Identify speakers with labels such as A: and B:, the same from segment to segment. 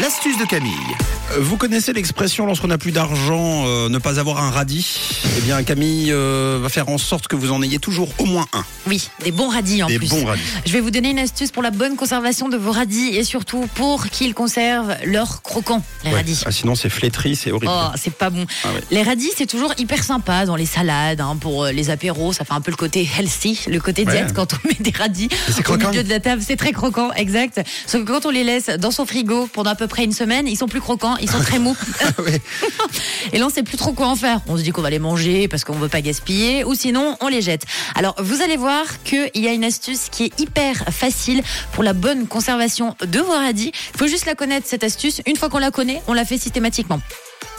A: L'astuce de Camille.
B: Euh, Vous connaissez l'expression lorsqu'on n'a plus d'argent, euh, ne pas avoir un radis Eh bien, Camille euh, va faire en sorte que vous en ayez toujours au moins un.
C: Oui, des bons radis en
B: des
C: plus.
B: bons radis.
C: Je vais vous donner une astuce pour la bonne conservation de vos radis et surtout pour qu'ils conservent leur croquant, les
B: Ouais.
C: radis.
B: Ah, sinon, c'est flétri, c'est horrible.
C: Oh, c'est pas bon.
B: Ah ouais.
C: Les radis, c'est toujours hyper sympa dans les salades, hein, pour euh, les apéros. Ça fait un peu le côté healthy, le côté
B: Ouais.
C: diète quand on met des radis
B: Et c'est
C: au
B: croquant.
C: milieu de la table. C'est très croquant, exact. Sauf que quand on les laisse dans son frigo pendant à peu près une semaine, ils sont plus croquants, ils sont très mous.
B: Ah Ouais.
C: Et là, on sait plus trop quoi en faire. On se dit qu'on va les manger parce qu'on veut pas gaspiller, ou sinon on les jette. Alors, vous allez voir qu'il y a une astuce qui est hyper facile pour la bonne conservation de vos radis. Faut juste la connaître cette astuce. Une fois qu'on la connaît, on la fait systématiquement.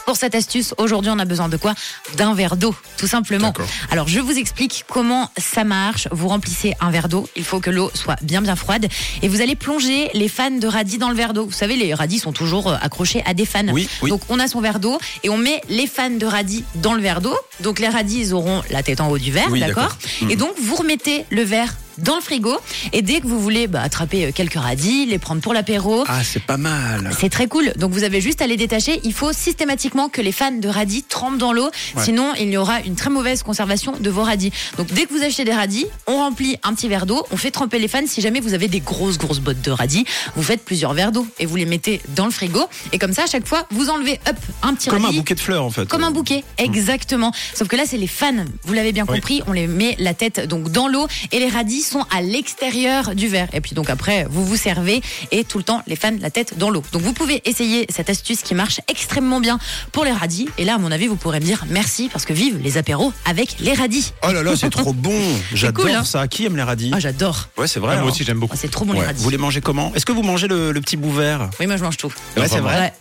C: Pour cette astuce, aujourd'hui, on a besoin de quoi D'un verre d'eau, tout simplement.
B: D'accord.
C: Alors, je vous explique comment ça marche. Vous remplissez un verre d'eau. Il faut que l'eau soit bien, bien froide. Et vous allez plonger les fans de radis dans le verre d'eau. Vous savez, les radis sont toujours euh, accrochés à des fans.
B: Oui, oui.
C: Donc, on a son verre d'eau et on met les fans de radis dans le verre d'eau. Donc, les radis, ils auront la tête en haut du verre,
B: Oui,
C: d'accord
B: d'accord.
C: Et donc, vous remettez le verre dans le frigo. Et dès que vous voulez bah, attraper euh, quelques radis, les prendre pour l'apéro,
B: Ah, c'est pas mal.
C: c'est très cool. Donc vous avez juste à les détacher. Il faut systématiquement que les fans de radis trempent dans l'eau.
B: Ouais.
C: Sinon, il y aura une très mauvaise conservation de vos radis. Donc dès que vous achetez des radis, on remplit un petit verre d'eau, on fait tremper les fans. Si jamais vous avez des grosses, grosses bottes de radis, vous faites plusieurs verres d'eau et vous les mettez dans le frigo. Et comme ça, à chaque fois, vous enlevez hop, un petit
B: Comme un
C: radis.
B: bouquet de fleurs, en fait.
C: Comme un bouquet, exactement. Sauf que là, c'est les fans. Vous l'avez bien
B: Mm. Oui.
C: compris, on les met la tête donc dans l'eau et les radis sont à l'extérieur du verre. Et puis donc après, vous vous servez et tout le temps les fans la tête dans l'eau. Donc vous pouvez essayer cette astuce qui marche extrêmement bien pour les radis. Et là, à mon avis, vous pourrez me dire merci parce que vive les apéros avec les radis.
B: Oh là là, c'est trop bon. J'adore
C: cool, hein.
B: ça. Qui aime les radis
C: Ah, j'adore.
B: Ouais, c'est vrai.
D: Ah, moi
B: hein.
D: aussi, j'aime beaucoup.
C: Ah, c'est trop bon les
B: Ouais.
C: radis.
B: Vous les mangez comment Est-ce que vous mangez le, le petit bout vert
C: Oui, moi je mange tout.
B: Ouais, c'est vrai.
C: Ouais.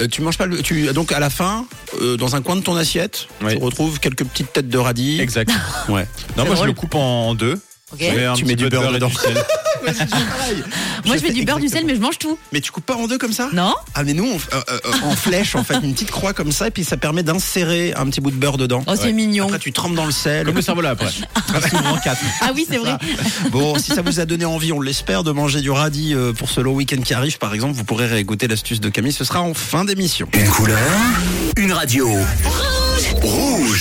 B: Euh, tu manges pas le. Tu, donc à la fin, euh, dans un coin de ton assiette,
D: Oui.
B: tu retrouves quelques petites têtes de radis.
D: Exact.
B: Ouais.
D: Non, moi, je
C: Ah. drôle.
D: le coupe en en deux.
C: Ok.
D: Je mets un
B: Tu
D: petit
B: mets du
D: peu de
B: beurre
D: et
B: dedans.
D: du sel.
C: Moi je
B: Je
C: mets du
B: fais
C: beurre, du sel,
B: exactement.
C: mais je mange tout.
B: Mais tu coupes pas en deux comme ça
C: Non
B: Ah mais nous on f- euh, euh, euh, en flèche on fait une petite croix comme ça et puis ça permet d'insérer un petit bout de beurre dedans.
C: Oh, c'est mignon.
B: Après tu trempes dans le sel.
D: Comme le cerveau-là, après. Souvent quatre.
C: Ah oui, c'est vrai.
B: Bon, si ça vous a donné envie, on l'espère, de manger du radis euh, pour ce long week-end qui arrive, par exemple, vous pourrez réécouter l'astuce de Camille. Ce sera en fin d'émission.
A: Une couleur, une radio. Rouge.